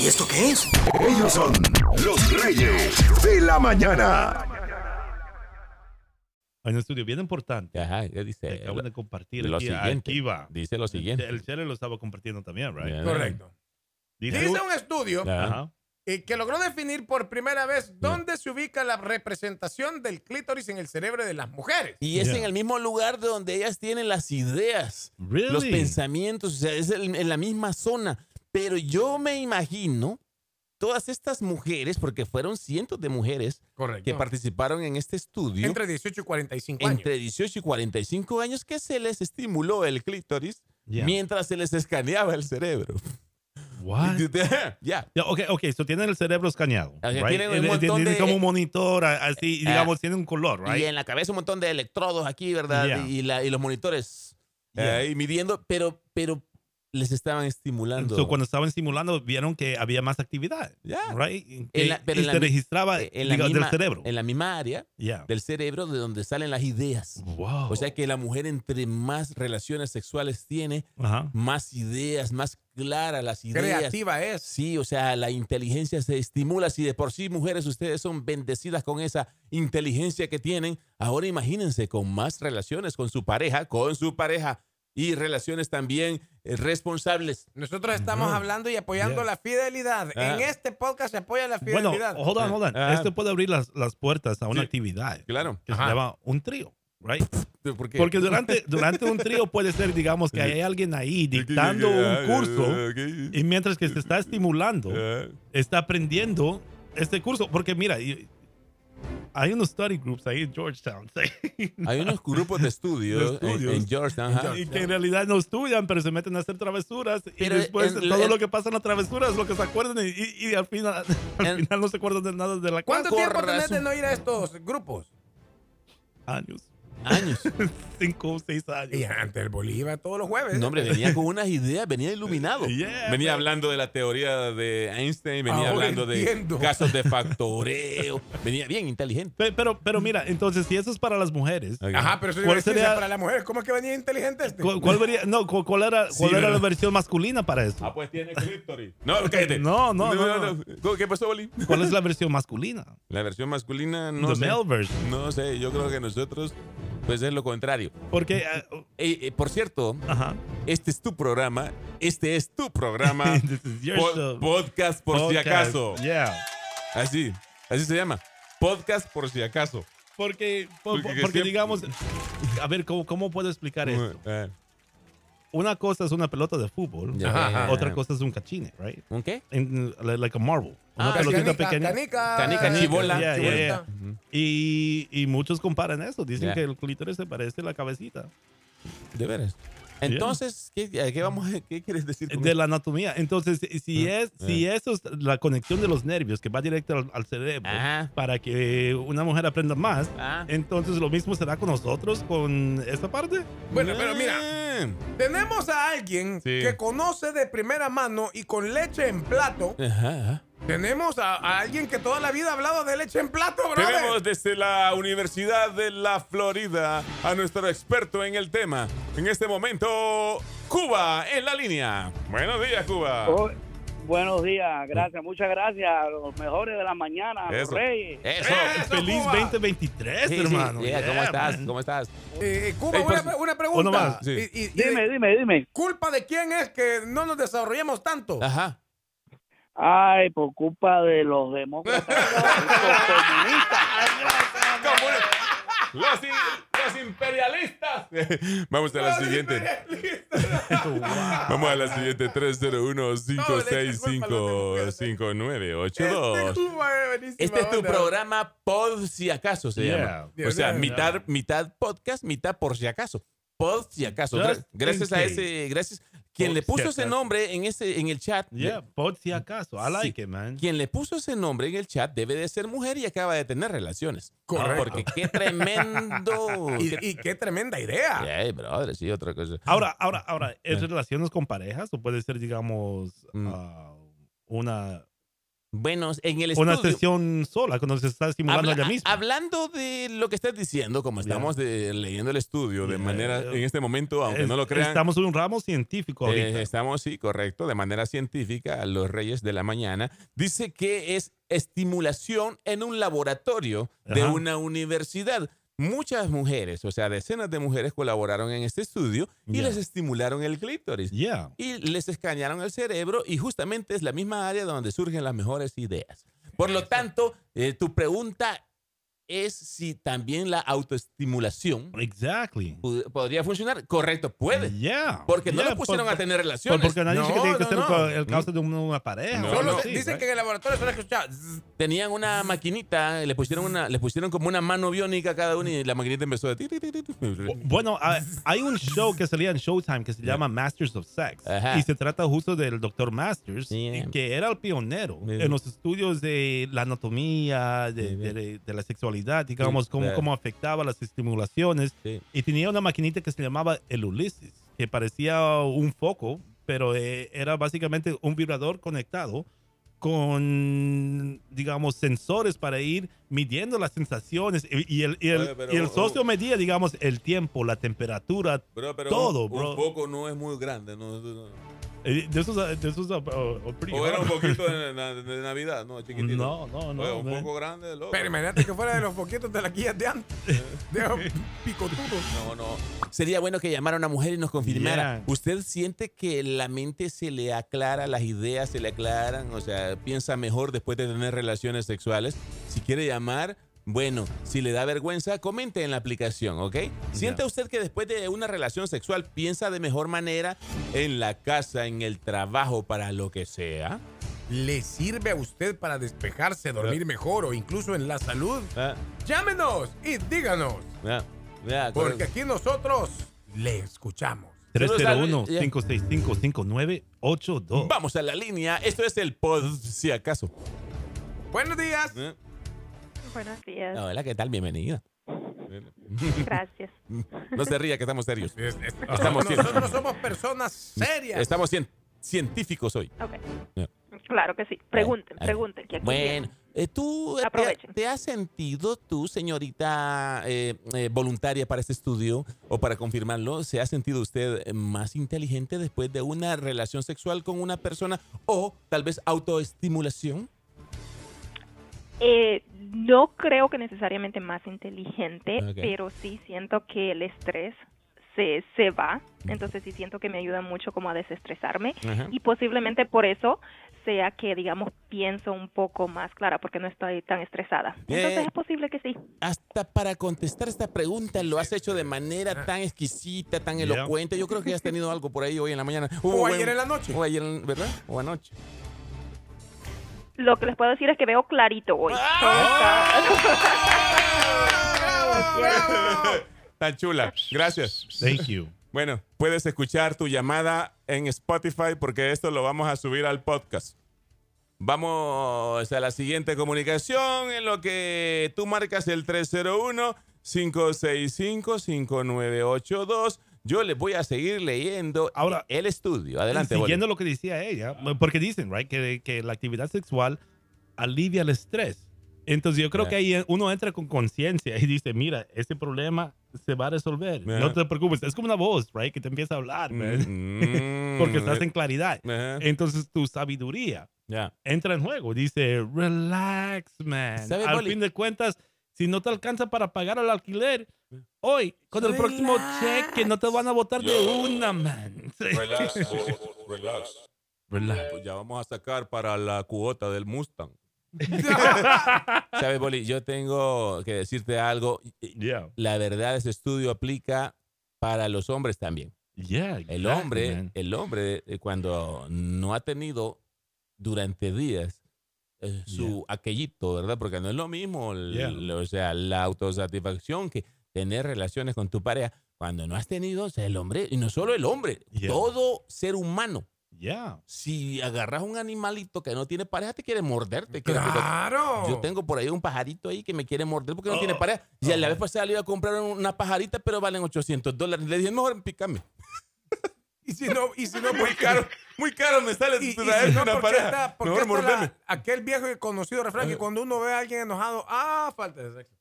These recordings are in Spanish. ¿Y esto qué es? Ellos son los reyes de la mañana. En el estudio, bien importante. Ajá, ya Te dice. acaban Lo, de compartir. lo aquí, ah, siguiente. aquí va. dice lo siguiente. El Chele lo estaba compartiendo también, ¿right? Bien. Correcto. Dice- Dice un estudio Ajá. Ajá. eh, que logró definir por primera vez dónde se ubica la representación del clítoris en el cerebro de las mujeres. Y es Ya. en el mismo lugar de donde ellas tienen las ideas, Really? los pensamientos, o sea, es el- en la misma zona. Pero yo me imagino todas estas mujeres, porque fueron cientos de mujeres que Correcto. participaron en este estudio entre, Entre 18 y 45 años. 18 y 45 años, que se les estimuló el clítoris Ya. mientras se les escaneaba el cerebro. What? Ya. Ya, ok, ok, so tienen el cerebro escaneado. Ajá, right? tienen un Eh, eh, montón tienen de- como un monitor, a- así, y Ah. digamos, tienen un color, right? Y en la cabeza un montón de electrodos aquí, ¿verdad? Yeah. Y, la- y los monitores Yeah. ahí midiendo, pero, pero les estaban estimulando. So, cuando estaban simulando, vieron que había más actividad, Ya. right? Que- la- pero y en la se mi- registraba eh, en la diga, misma- del cerebro. en la misma área Yeah. del cerebro de donde salen las ideas. Wow. O sea que la mujer entre más relaciones sexuales tiene, Ajá. más ideas, más claras las ideas. Creativa es. Sí, o sea, la inteligencia se estimula. Si de por sí mujeres ustedes son bendecidas con esa inteligencia que tienen, ahora imagínense con más relaciones con su pareja, con su pareja y relaciones también eh, responsables. Nosotros estamos Ujú. hablando y apoyando Yeah. la fidelidad. Ah. En este podcast se apoya la Bueno, fidelidad. hold on, hold on. Ah. Esto puede abrir las, las puertas a una Sí. actividad Claro. que se llama un trío, right? ¿Por qué? Porque durante, durante un trío puede ser, digamos, que hay alguien ahí dictando "Ah, un curso y mientras que se está estimulando, Ah. está aprendiendo este curso. Porque mira, y- hay unos study groups ahí en Georgetown sí, Hay unos grupos de estudio De en, estudios. en Georgetown. ajá. y que en realidad no estudian, pero se meten a hacer travesuras Pero y después en- todo en- lo que pasa en las travesuras es lo que se acuerdan y, y- y al, final, al En- final no se acuerdan de nada de la ¿Cuánto Con tiempo tenés razón. de no ir a estos grupos? años, Años. cinco o seis años. Y antes el Bolívar todos los jueves. No, hombre, venía con unas ideas, venía iluminado. Yeah, venía hablando de la teoría de Einstein, venía Ahora hablando de entiendo. casos de factoreo. Venía bien inteligente. Pe- Pero, pero mira, entonces si eso es para las mujeres, Ajá, pero eso es ¿Cuál decir, sería- para las mujeres. ¿Cómo es que venía inteligente este? ¿Cuál, cuál vería- no, cu- cuál era, Sí, cuál era la ¿verdad? versión masculina para eso? pues tiene Cryptory. No, este, cállate. No, no, no, ¿Qué pasó, Bolí? ¿Cuál es la versión masculina? La versión masculina no The sé. male version. No sé, yo creo que nosotros pues es lo contrario. Porque, eh, Eh, eh, por cierto, ajá. este es tu programa, este es tu programa ah, This is your po- show. podcast por si Podcast. acaso. Yeah. Así, así se llama. Podcast por si acaso. Porque, po- Porque porque, que siempre- digamos, a ver, ¿cómo, cómo puedo explicar esto? Eh, Una cosa es una pelota de fútbol, Ya. Ajá, Ajá. otra cosa es un cachine, right? ¿Un qué? En- like like a marble. Una Ah, pelotita canica, pequeña. canica, Canica, chibola. Yeah, yeah, chibolita. yeah. Y, y muchos comparan eso. Dicen Yeah. que el clítoris se parece a la cabecita. De veras. Entonces, ¿qué, a qué vamos, a- ¿qué quieres decir? con de esto? la anatomía. Entonces, si- si, Ah, es, si eso es la conexión de los nervios que va directo al, al cerebro Ajá. para que una mujer aprenda más, Ah. entonces lo mismo será con nosotros con esta parte. Bueno, pero mira, Eh. tenemos a alguien Sí. que conoce de primera mano y con leche en plato. Ajá, ajá. Tenemos a, a alguien que toda la vida ha hablado de leche en plato, brother. Tenemos desde la Universidad de la Florida a nuestro experto en el tema. En este momento, Cuba en la línea. Buenos días, Cuba. Oh, buenos días, gracias, muchas gracias a los mejores de la mañana, a los Eso. reyes. Eso. Feliz 2023, Sí, sí, hermano. Eh, este yeah, Yeah, ¿Cómo estás? man. ¿Cómo estás? Eh, Cuba, Ey, por una, si- una uno pregunta. más, sí. Y- y- y- Dime, dime, dime. ¿Culpa de quién es que no nos desarrollemos tanto? Ajá. Ay, por culpa de los demócratas, los comunistas. Los, imperialistas. Vamos a la siguiente. Vamos a la siguiente. 301-565-5982. Este Cuba es buenísima Este es tu onda. programa Pod Si Acaso se Yeah. llama. Yeah, o sea, yeah. mitad, mitad podcast, mitad por si acaso. Pod si acaso. Gra- Just Gracias in a case. ese, gracias. Quien Por le si puso ese acaso. nombre en ese, en el chat, Yeah, por si acaso. I Sí. like it, man. Quien le puso ese nombre en el chat debe de ser mujer y acaba de tener relaciones. Correcto. Porque qué tremendo. Y, y qué tremenda idea. Ay, brother, sí, otra cosa. ah. Ahora, ahora, ahora, ¿es Yeah. relaciones con parejas o puede ser, digamos, Mm. ah, una Bueno, en el estudio. Una sesión sola, cuando se está estimulando Habla- ella misma. a- Hablando de lo que estás diciendo, como estamos de- leyendo el estudio de Ya. manera, en este momento, aunque Es- no lo crean, Estamos en un ramo científico eh, ahorita. estamos, sí, correcto, de manera científica, los Reyes de la Mañana, dice que es estimulación en un laboratorio de Ajá. una universidad. Muchas mujeres, o sea, decenas de mujeres colaboraron en este estudio y Ya. les estimularon el clítoris. Yeah. y les escanearon el cerebro y justamente es la misma área donde surgen las mejores ideas. Por lo tanto, eh, tu pregunta es si también la autoestimulación Exactly. pu- podría funcionar. Correcto, puede. Yeah. Porque no Yeah, los pusieron por- a tener relaciones. por- pues, Porque nadie dice que No, tiene que no, ser no. con el causa de un- una pareja. No, o algo Solo no. así, dicen right? que en el laboratorio solo escuchaba. zzz. Tenían una maquinita, le pusieron, una, le pusieron como una mano biónica a cada uno y la maquinita empezó a... ti, ti, ti, ti, ti. Bueno, ah, hay un show que salía en Showtime que se llama Masters of Sex. Ajá. Y se trata justo del Dr. Masters, Yeah. y que era el pionero Yeah. en los estudios de la anatomía, de, Yeah. de- de la sexualidad, digamos, cómo, Yeah. cómo afectaba las estimulaciones. Sí. Y tenía una maquinita que se llamaba el Ulysses, que parecía un foco, pero eh, era básicamente un vibrador conectado con, digamos, sensores para ir midiendo las sensaciones. Y, y el, y el- Oye, pero y el un- socio medía, digamos, el tiempo, la temperatura. Bro, pero Todo, un, bro. un poco no es muy grande. No, no, no. Eh, This was a- this was a- a- a pretty O era un hard- poquito de, de- de Navidad, no, chiquitito. ah, No, no, no. Oye, un man. poco grande, loco. Pero imagínate que fuera de los poquitos de la guía de antes. De los picotudos. No, no. Sería bueno que llamara a una mujer y nos confirmara. Yeah. ¿Usted siente que la mente se le aclara, las ideas se le aclaran? O sea, piensa mejor después de tener relaciones sexuales. Si quiere llamar, bueno, si le da vergüenza, comente en la aplicación, ¿ok? ¿Siente Yeah. usted que después de una relación sexual piensa de mejor manera en la casa, en el trabajo, para lo que sea? ¿Le sirve a usted para despejarse, dormir mejor o incluso en la salud? Ah, Llámenos y díganos. ah, ah, Porque correcto. aquí nosotros le escuchamos. 301-565-5982. Vamos a la línea. Esto es el pod, si acaso. Buenos días. Ah, Buenos días, Hola, ¿qué tal? Bienvenida. gracias. No se ría que estamos serios. Es- es- Estamos nosotros bien. somos personas serias. Estamos cien- científicos hoy. Ok. Ya. Claro que sí. Pregunten, Ah, ah. pregunten. Que aquí Bueno, eh, ¿tú eh, te, Aprovechen. te has sentido tú, señorita eh, eh, voluntaria para este estudio o para confirmarlo, se ha sentido usted eh, más inteligente después de una relación sexual con una persona o tal vez autoestimulación? Eh, no creo que necesariamente más inteligente, Ok. pero sí siento que el estrés se, se va. Entonces sí siento que me ayuda mucho como a desestresarme. Ajá. Y posiblemente por eso sea que, digamos, pienso un poco más clara porque no estoy tan estresada. Entonces Eh. es posible que sí. Hasta para contestar esta pregunta lo has hecho de manera tan exquisita, tan Ya. elocuente. Yo creo que has tenido algo por ahí hoy en la mañana. O Hubo ayer buen- en la noche. O ayer, en- ¿verdad? O anoche. Lo que les puedo decir es que veo clarito hoy. ¡Ah! Todo está- ¡Bravo, bravo! Tan chula. Gracias. Thank you. Bueno, puedes escuchar tu llamada en Spotify porque esto lo vamos a subir al podcast. Vamos a la siguiente comunicación en lo que tú marcas el 301-565-5982. Yo les voy a seguir leyendo Ahora, el estudio. Adelante, Siguiendo lo que decía ella, eh, porque dicen, right, que, que la actividad sexual alivia el estrés. Entonces yo creo Yeah. que ahí eh, uno entra con conciencia y dice, mira, este problema se va a resolver. Yeah. No te preocupes. Es como una voz, right, que te empieza a Mm, hablar, man, porque estás eh. en Eh, claridad. Entonces tu sabiduría Ya. entra en juego. Dice, relax, man. ¿Sabe, Al Poli? fin de cuentas, si no te alcanza para pagar el alquiler, hoy, con el próximo cheque, no te van a votar de una, man. Sí. Relax, relax. Ah, pues ya vamos a sacar para la cuota del Mustang. Sabes, Boli, yo tengo que decirte algo. Yeah. La verdad, ese estudio aplica para los hombres también. Yeah, exactly, El hombre, Ah, man. el hombre eh, cuando no ha tenido durante días eh, su aquellito, ¿verdad? Porque no es lo mismo, el- Yeah. el- o sea, la autosatisfacción que tener relaciones con tu pareja. Cuando no has tenido, o sea, el hombre, y no solo el hombre, Yeah. todo ser humano. Yeah. Si agarras un animalito que no tiene pareja, te quiere morder, te quiere picotear. ¡Claro! Yo tengo por ahí un pajarito ahí que me quiere morder porque no tiene Oh. pareja. Y a la Oh. vez pasada le iba a comprar una pajarita, pero valen 800 dólares. Le dije, mejor pícame. Y si no, y si no Muy caro, muy caro me sale Y, y traer si no, una porque pareja. está, porque Mejor está la- morderme. Eh. aquel viejo y conocido refrán que cuando uno ve a alguien enojado, ah, falta de sexo.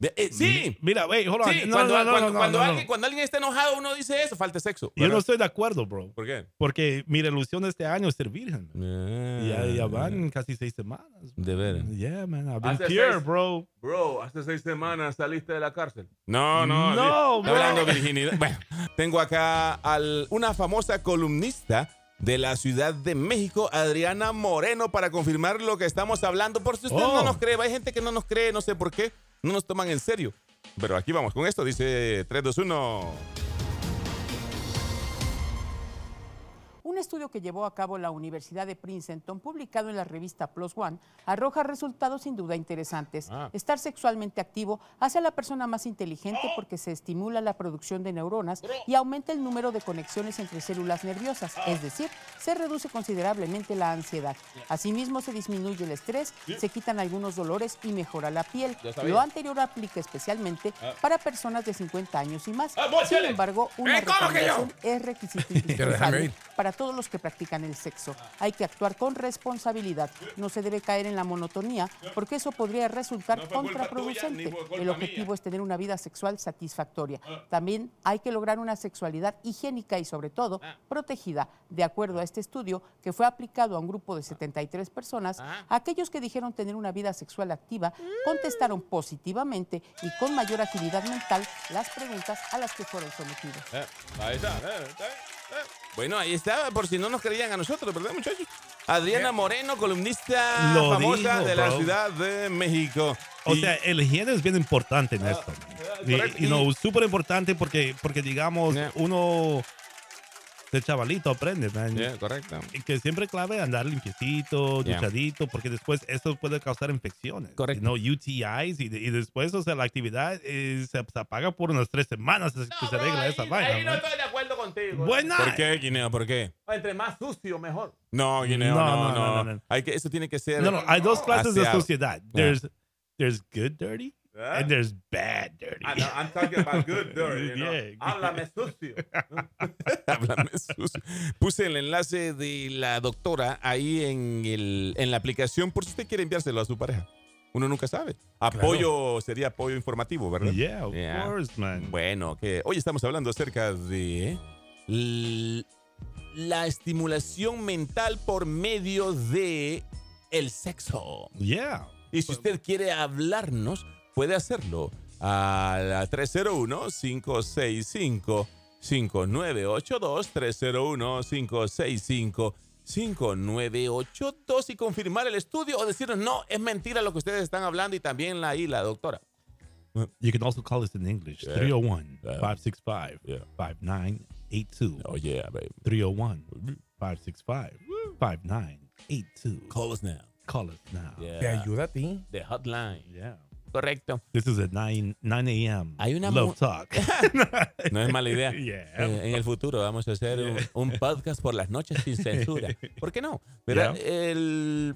Ve- eh, sí, Mira, güey, hold on. sí. No, cuando, no, no, cuando- no, cuando no, no. alguien, cuando alguien está enojado, uno dice eso, falta de sexo. Yo no ¿verdad? estoy de acuerdo, bro. ¿Por qué? Porque mi ilusión este año es ser virgen. man. Ya, ya van casi seis semanas. Ah, De veras. Yeah, man. I've been Hace pure, seis- bro. Bro, hace seis semanas saliste de la cárcel. No, no. No, Está bro. hablando de virginidad. Bueno, tengo acá a una famosa columnista de la Ciudad de México, Adriana Moreno, para confirmar lo que estamos hablando. Por si usted Oh. no nos cree, hay gente que no nos cree, no sé por qué, no nos toman en serio. Pero aquí vamos con esto, dice 321. Un estudio que llevó a cabo la Universidad de Princeton, publicado en la revista Plus One, arroja resultados sin duda interesantes. Ah. Estar sexualmente activo hace a la persona más inteligente porque se estimula la producción de neuronas y aumenta el número de conexiones entre células nerviosas, Ah. es decir, se reduce considerablemente la ansiedad. Asimismo, se disminuye el estrés, se quitan algunos dolores y mejora la piel. Ya sabía. Lo anterior aplica especialmente para personas de 50 años y más. Ah, voy, Sin chale. embargo, una Eh, ¿cómo que yo? recomendación es requisito Pero déjame ir. indispensable para todos los que practican el sexo. Hay que actuar con responsabilidad. No se debe caer en la monotonía porque eso podría resultar No fue culpa contraproducente. tuya, ni fue culpa el objetivo mía. es tener una vida sexual satisfactoria. También hay que lograr una sexualidad higiénica y sobre todo Ah. protegida. De acuerdo a este estudio que fue aplicado a un grupo de 73 personas, Ah. aquellos que dijeron tener una vida sexual activa contestaron positivamente y con mayor agilidad mental las preguntas a las que fueron sometidos. ahí está. eh, Bueno, ahí estaba, por si no nos creían a nosotros, ¿verdad, muchachos? Adriana Moreno, columnista Lo famosa dijo, de la bro. Ciudad de México. O Y- sea, el higiene es bien importante en esto. Y, Ah, correcto. y no, súper importante porque, porque digamos, Yeah. uno de chavalito aprende, man. Yeah, correcto. Y eh, Que siempre clave andar limpiecito, Yeah. duchadito, porque después esto puede causar infecciones. Correcto. No UTIs y, de- y después, o sea, la actividad eh, se, se apaga por unas tres semanas que se arregla esa vaina. man. estoy de acuerdo contigo. Buena. ¿Por qué, Guineo? ¿Por qué? Entre más sucio, mejor. No, Guineo, no, No, no. no, no, no, no. Hay que, eso tiene que ser. No, no, hay dos clases de aseado. suciedad. Yeah. There's, there's good dirty Ah. and there's bad dirty. Ah, no, I'm talking about good dirty, you know. Yeah. Háblame sucio. Háblame sucio. Puse el enlace de la doctora ahí en, el, en la aplicación por si usted quiere enviárselo a su pareja. Uno nunca sabe. Apoyo sería apoyo informativo, ¿verdad? Yeah, of Yeah. course, man. Bueno, que hoy estamos hablando acerca de l- la estimulación mental por medio de el sexo. Yeah. Y si usted quiere hablarnos, puede hacerlo a la 301-565-5982, 301-565-5982 y confirmar el estudio o decirnos, no, es mentira lo que ustedes están hablando y también la y la doctora. You can also call us in English 301 565 Yeah. Oh, 5982. Oye, a ver, 301 565 5982. call us now. Call us now. Yeah. Te ayuda a ti. The hotline. Yeah. Correcto. This is at 9, 9 a.m. Hay una mu- Love Talk. No es mala idea. Yeah. Eh, en el futuro vamos a hacer un, un podcast por las noches sin censura. ¿Por qué no? ¿Verdad? El,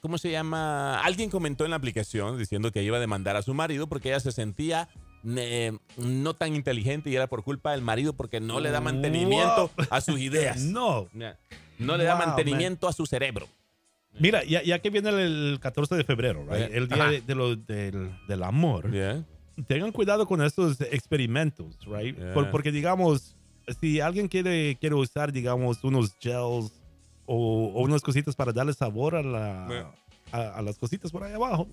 ¿Cómo se llama? Alguien comentó en la aplicación diciendo que iba a demandar a su marido porque ella se sentía eh, no tan inteligente y era por culpa del marido porque no le da mantenimiento a sus ideas. no. No le da Wow, mantenimiento a su cerebro. Mira, ya, ya que viene el 14 de febrero, right? Yeah. el día de, de lo- del, del amor. tengan cuidado con estos experimentos, right? Yeah. Por- porque digamos, si alguien quiere, quiere usar, digamos, unos gels o, o unas cositas para darle sabor a, la- Yeah. a, a las cositas por ahí abajo,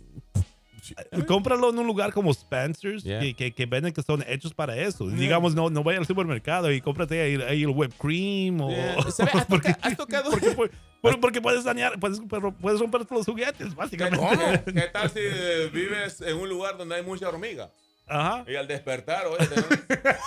cómpralo en un lugar como Spencer's, Yeah. que, que, que venden que son hechos para eso. Digamos, no, no vaya al supermercado y cómprate ahí, ahí el whipped cream o... Yeah. ¿Sabe? ¿Has, porque, toca- has tocado? porque, pu- por- porque puedes dañar, puedes, pero puedes romper los juguetes, básicamente. ¿Qué tal si eh, vives en un lugar donde hay mucha hormiga? Ajá. Y al despertar, oye, tenés-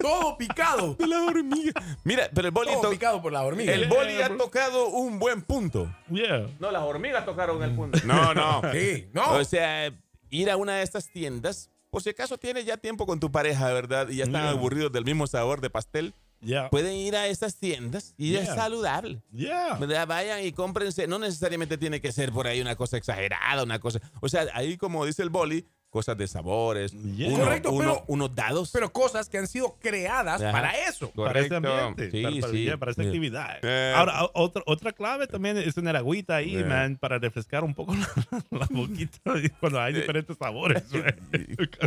Todo picado. La hormiga. Mira, pero el boli, Todo to- picado por la hormiga. el boli ha tocado un buen punto. Yeah. No, las hormigas tocaron el punto. No, no. Sí, no. O sea, ir a una de estas tiendas, por si acaso tienes ya tiempo con tu pareja, ¿verdad? Y ya están Yeah. aburridos del mismo sabor de pastel, Yeah. pueden ir a estas tiendas y es Yeah. saludable. Yeah. ¿verdad? Vayan y cómprense. No necesariamente tiene que ser por ahí una cosa exagerada, una cosa. O sea, ahí como dice el boli, cosas de sabores, Yeah. uno- Correcto, uno- pero- unos dados. Pero cosas que han sido creadas Ajá. para eso. Para ese Correcto. ambiente, Sí, para, para- sí. yeah, para esa Yeah. actividad. Eh. Ahora, o- otra, otra clave también es tener agüita ahí, Yeah. man, para refrescar un poco la, la boquita cuando hay diferentes sabores. man.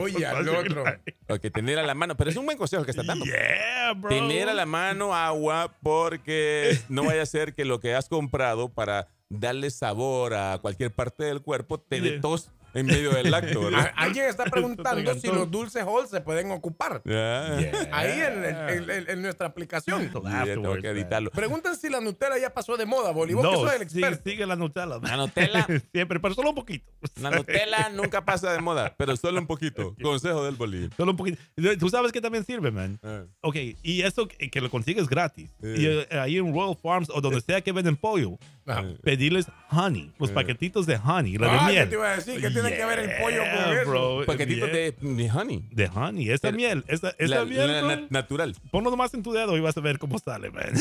Oye, al otro. Ok, tener a la mano. Pero es un buen consejo que está dando. Yeah, bro. Tener a la mano agua porque no vaya a ser que lo que has comprado para darle sabor a cualquier parte del cuerpo te dé Yeah. tos en medio del acto, ¿verdad? A- Alguien está preguntando si Tragantón. los dulces halls se pueden ocupar. Yeah. Ahí en, en- en- en nuestra aplicación. Yeah, tengo que editarlo. Preguntan si la Nutella ya pasó de moda, Boli. Vos que No, sos el sigue, experto. sigue la Nutella. La man. Nutella, Siempre, pero solo un poquito. la Nutella nunca pasa de moda, pero solo un poquito. Consejo del Ah. bolillo. Solo un poquito. Tú sabes que también sirve, man. Ok, y esto que que lo consigues gratis. Y eh, ahí en Royal Farms o donde sea que venden pollo, Ajá. pedirles honey, los paquetitos de honey, la de Ah, ¿qué miel. te iba a decir? ¿Qué tiene que ver el pollo con Yeah, eso? bro, Paquetitos miel. de, de honey. de honey. Esa Pero- miel, esa, esa La- miel, la- bro, na- natural. ponlo nomás en tu dedo y vas a ver cómo sale, man.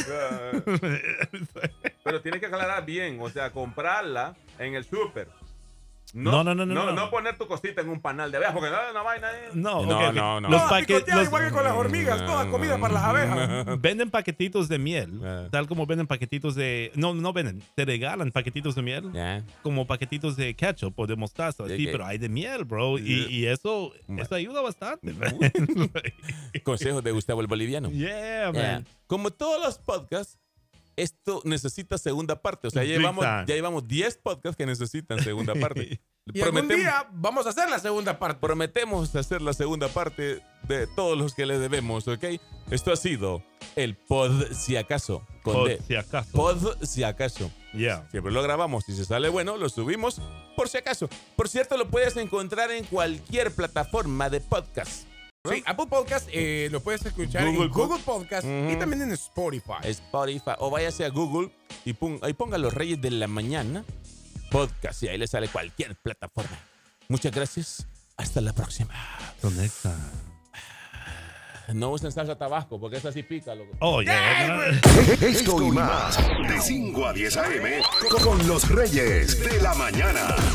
Pero tienes que aclarar bien, o sea, comprarla en el súper. No, no, no, no, no. no. poner tu cosita en un panal de abejas, porque no es una vaina. eh. No, No, ok, ok. no, no. Los Ah, paque- picotear los- igual que con las hormigas, toda comida para las abejas. Venden paquetitos de miel, Ah. tal como venden paquetitos de... No, no venden, te regalan paquetitos de miel, Ya. como paquetitos de ketchup o de mostaza, De sí, que- pero hay de miel, bro, y, y eso, Bueno. eso ayuda bastante. man. Consejos de Gustavo el Boliviano. yeah, Yeah. man. Eh, Como todos los podcasts, esto necesita segunda parte. O sea, Big llevamos, time. ya llevamos 10 podcasts que necesitan segunda parte. Y algún día vamos a hacer la segunda parte. prometemos hacer la segunda parte de todos los que le debemos, ¿ok? Esto ha sido el Pod Si Acaso. Con Por D. si acaso. Pod Si Acaso. yeah. Siempre lo grabamos. Si se sale bueno, lo subimos por si acaso. Por cierto, lo puedes encontrar en cualquier plataforma de podcast. Sí, Apple Podcast eh, lo puedes escuchar Google en Google Podcast y Ujú. también en Spotify. Spotify o váyase a Google y pon- ahí ponga Los Reyes de la Mañana podcast y ahí le sale cualquier plataforma. Muchas gracias. Hasta la próxima. Conecta. No usen salsa tabasco porque esa sí pica, loco. Oh, yeah. man. Esto y más. De 5 a 10 a.m. Con los Reyes de la Mañana.